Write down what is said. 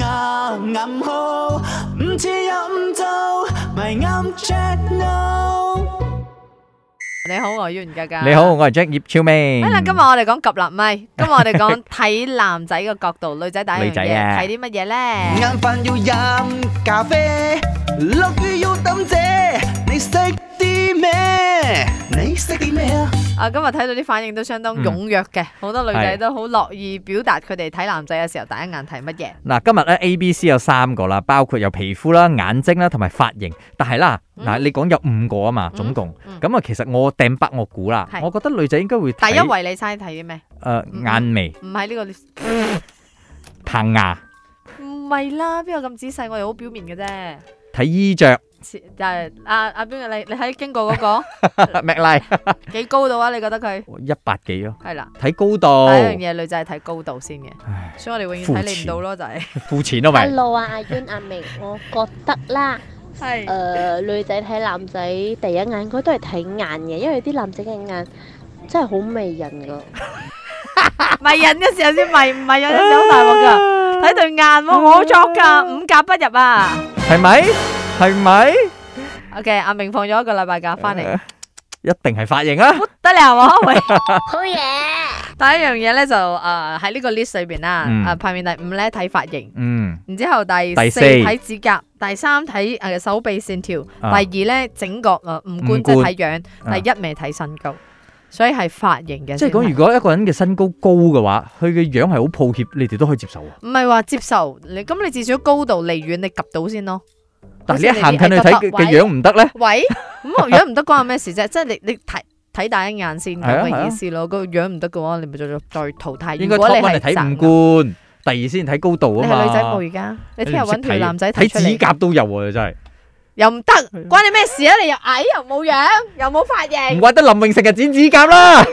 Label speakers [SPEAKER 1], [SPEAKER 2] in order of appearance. [SPEAKER 1] 牙暗號，唔知飲酒，咪啱 check no。
[SPEAKER 2] 你好，我係袁家家。
[SPEAKER 3] 你好，。我係 Jack 葉超明。
[SPEAKER 2] 好啦，今日我哋講及立 咪，今日我哋講睇男仔嘅角度，女仔第一樣
[SPEAKER 3] 女仔
[SPEAKER 2] 嘢
[SPEAKER 3] 啊
[SPEAKER 2] 睇啲乜嘢咧？
[SPEAKER 1] 晏飯要飲咖啡，落雨要抌遮，你識啲咩？你識啲咩啊？
[SPEAKER 2] 啊，今日睇到啲反應都相當踴躍嘅，好多女仔
[SPEAKER 3] 係
[SPEAKER 2] 都好樂意表達佢哋睇男仔嘅時候第一眼睇乜嘢。
[SPEAKER 3] 嗱，今日咧 A、B、C 有三個啦，包括有皮膚啦、眼睛啦同埋髮型。但係啦，
[SPEAKER 2] 嗯
[SPEAKER 3] 嗱、你講有五個啊嘛，
[SPEAKER 2] 嗯
[SPEAKER 3] 總共。
[SPEAKER 2] 嗯
[SPEAKER 3] 咁啊，其實我掟筆我估啦
[SPEAKER 2] 係，
[SPEAKER 3] 我覺得女仔應該會睇
[SPEAKER 2] 第一位你猜睇啲咩？
[SPEAKER 3] 呃
[SPEAKER 2] 嗯
[SPEAKER 3] 眼眉、
[SPEAKER 2] 唔係呢個，
[SPEAKER 3] 棚牙、
[SPEAKER 2] 唔係啦，邊有咁仔細？我哋好表面嘅啫。
[SPEAKER 3] 睇衣着、
[SPEAKER 2] 切就係阿阿邊個？你你睇經過嗰
[SPEAKER 3] 麥拉
[SPEAKER 2] 個幾高度啊？你覺得佢
[SPEAKER 3] 一百幾咯，
[SPEAKER 2] 係啦？
[SPEAKER 3] 睇高
[SPEAKER 2] 第一樣
[SPEAKER 3] 度，
[SPEAKER 2] 嘢女仔係睇高度先嘅，
[SPEAKER 3] 唉
[SPEAKER 2] 所以我哋永遠睇你唔到咯，就係
[SPEAKER 3] 膚淺咯咪。
[SPEAKER 4] Hello 啊，阿娟阿明，我覺得啦， 誒、
[SPEAKER 2] 係
[SPEAKER 4] 女仔睇男仔第一眼應該都係睇眼嘅，因為啲男仔嘅眼真係好迷人噶。
[SPEAKER 2] 迷人嘅時候先迷，唔迷人嘅時候好大 鑊㗎。睇對眼喎，我作㗎，五甲不入啊。
[SPEAKER 3] 係咪？係咪？
[SPEAKER 2] OK，阿明放咗一個禮拜假翻嚟，
[SPEAKER 3] 一定係髮型啦。
[SPEAKER 2] 得啦喎。 喂，
[SPEAKER 4] 好嘢！
[SPEAKER 2] 第一樣嘢咧就誒喺呢個 list 裏邊啦，
[SPEAKER 3] 嗯
[SPEAKER 2] 誒排面第五咧睇髮型。
[SPEAKER 3] 嗯，
[SPEAKER 2] 然之後第
[SPEAKER 3] 第
[SPEAKER 2] 四
[SPEAKER 3] 四
[SPEAKER 2] 睇指甲，第三睇誒手臂線條，
[SPEAKER 3] 啊
[SPEAKER 2] 第二咧整個誒五官
[SPEAKER 3] 五官
[SPEAKER 2] 即係睇樣，
[SPEAKER 3] 啊
[SPEAKER 2] 第一咪睇身高，所以係髮型嘅
[SPEAKER 3] 即
[SPEAKER 2] 先
[SPEAKER 3] 係
[SPEAKER 2] 係。
[SPEAKER 3] 講如果一個人嘅身高高嘅話，佢嘅樣係好抱歉，你哋都可以接受喎。
[SPEAKER 2] 唔係話接受你，咁你至少高度離遠你及到先咯。
[SPEAKER 3] 但係你一行
[SPEAKER 2] 好似
[SPEAKER 3] 近
[SPEAKER 2] 你哋
[SPEAKER 3] 去睇
[SPEAKER 2] 矮
[SPEAKER 3] 嘅
[SPEAKER 2] 個百
[SPEAKER 3] 嘅
[SPEAKER 2] 位
[SPEAKER 3] 樣唔得咧。
[SPEAKER 2] 喂， 咁我啊樣唔得關我咩事啫？即係你你睇睇第一眼先咁
[SPEAKER 3] 係啊係
[SPEAKER 2] 嘅
[SPEAKER 3] 啊
[SPEAKER 2] 意思咯。個樣唔得嘅話，你咪再再淘汰。
[SPEAKER 3] 應
[SPEAKER 2] 如
[SPEAKER 3] 該
[SPEAKER 2] 果
[SPEAKER 3] top
[SPEAKER 2] 你
[SPEAKER 3] one 係
[SPEAKER 2] 係宅男
[SPEAKER 3] 睇五官，第二先睇高度
[SPEAKER 2] 你
[SPEAKER 3] 啊
[SPEAKER 2] 係
[SPEAKER 3] 嘛。
[SPEAKER 2] 女仔冇而家，你聽日
[SPEAKER 3] 唔識
[SPEAKER 2] 揾條
[SPEAKER 3] 睇
[SPEAKER 2] 男仔睇出
[SPEAKER 3] 睇指
[SPEAKER 2] 嚟，
[SPEAKER 3] 甲都有喎，真係
[SPEAKER 2] 又唔得，關你咩事啊？你又矮又冇樣，又冇髮型
[SPEAKER 3] 唔。怪得林永成日剪指甲啦。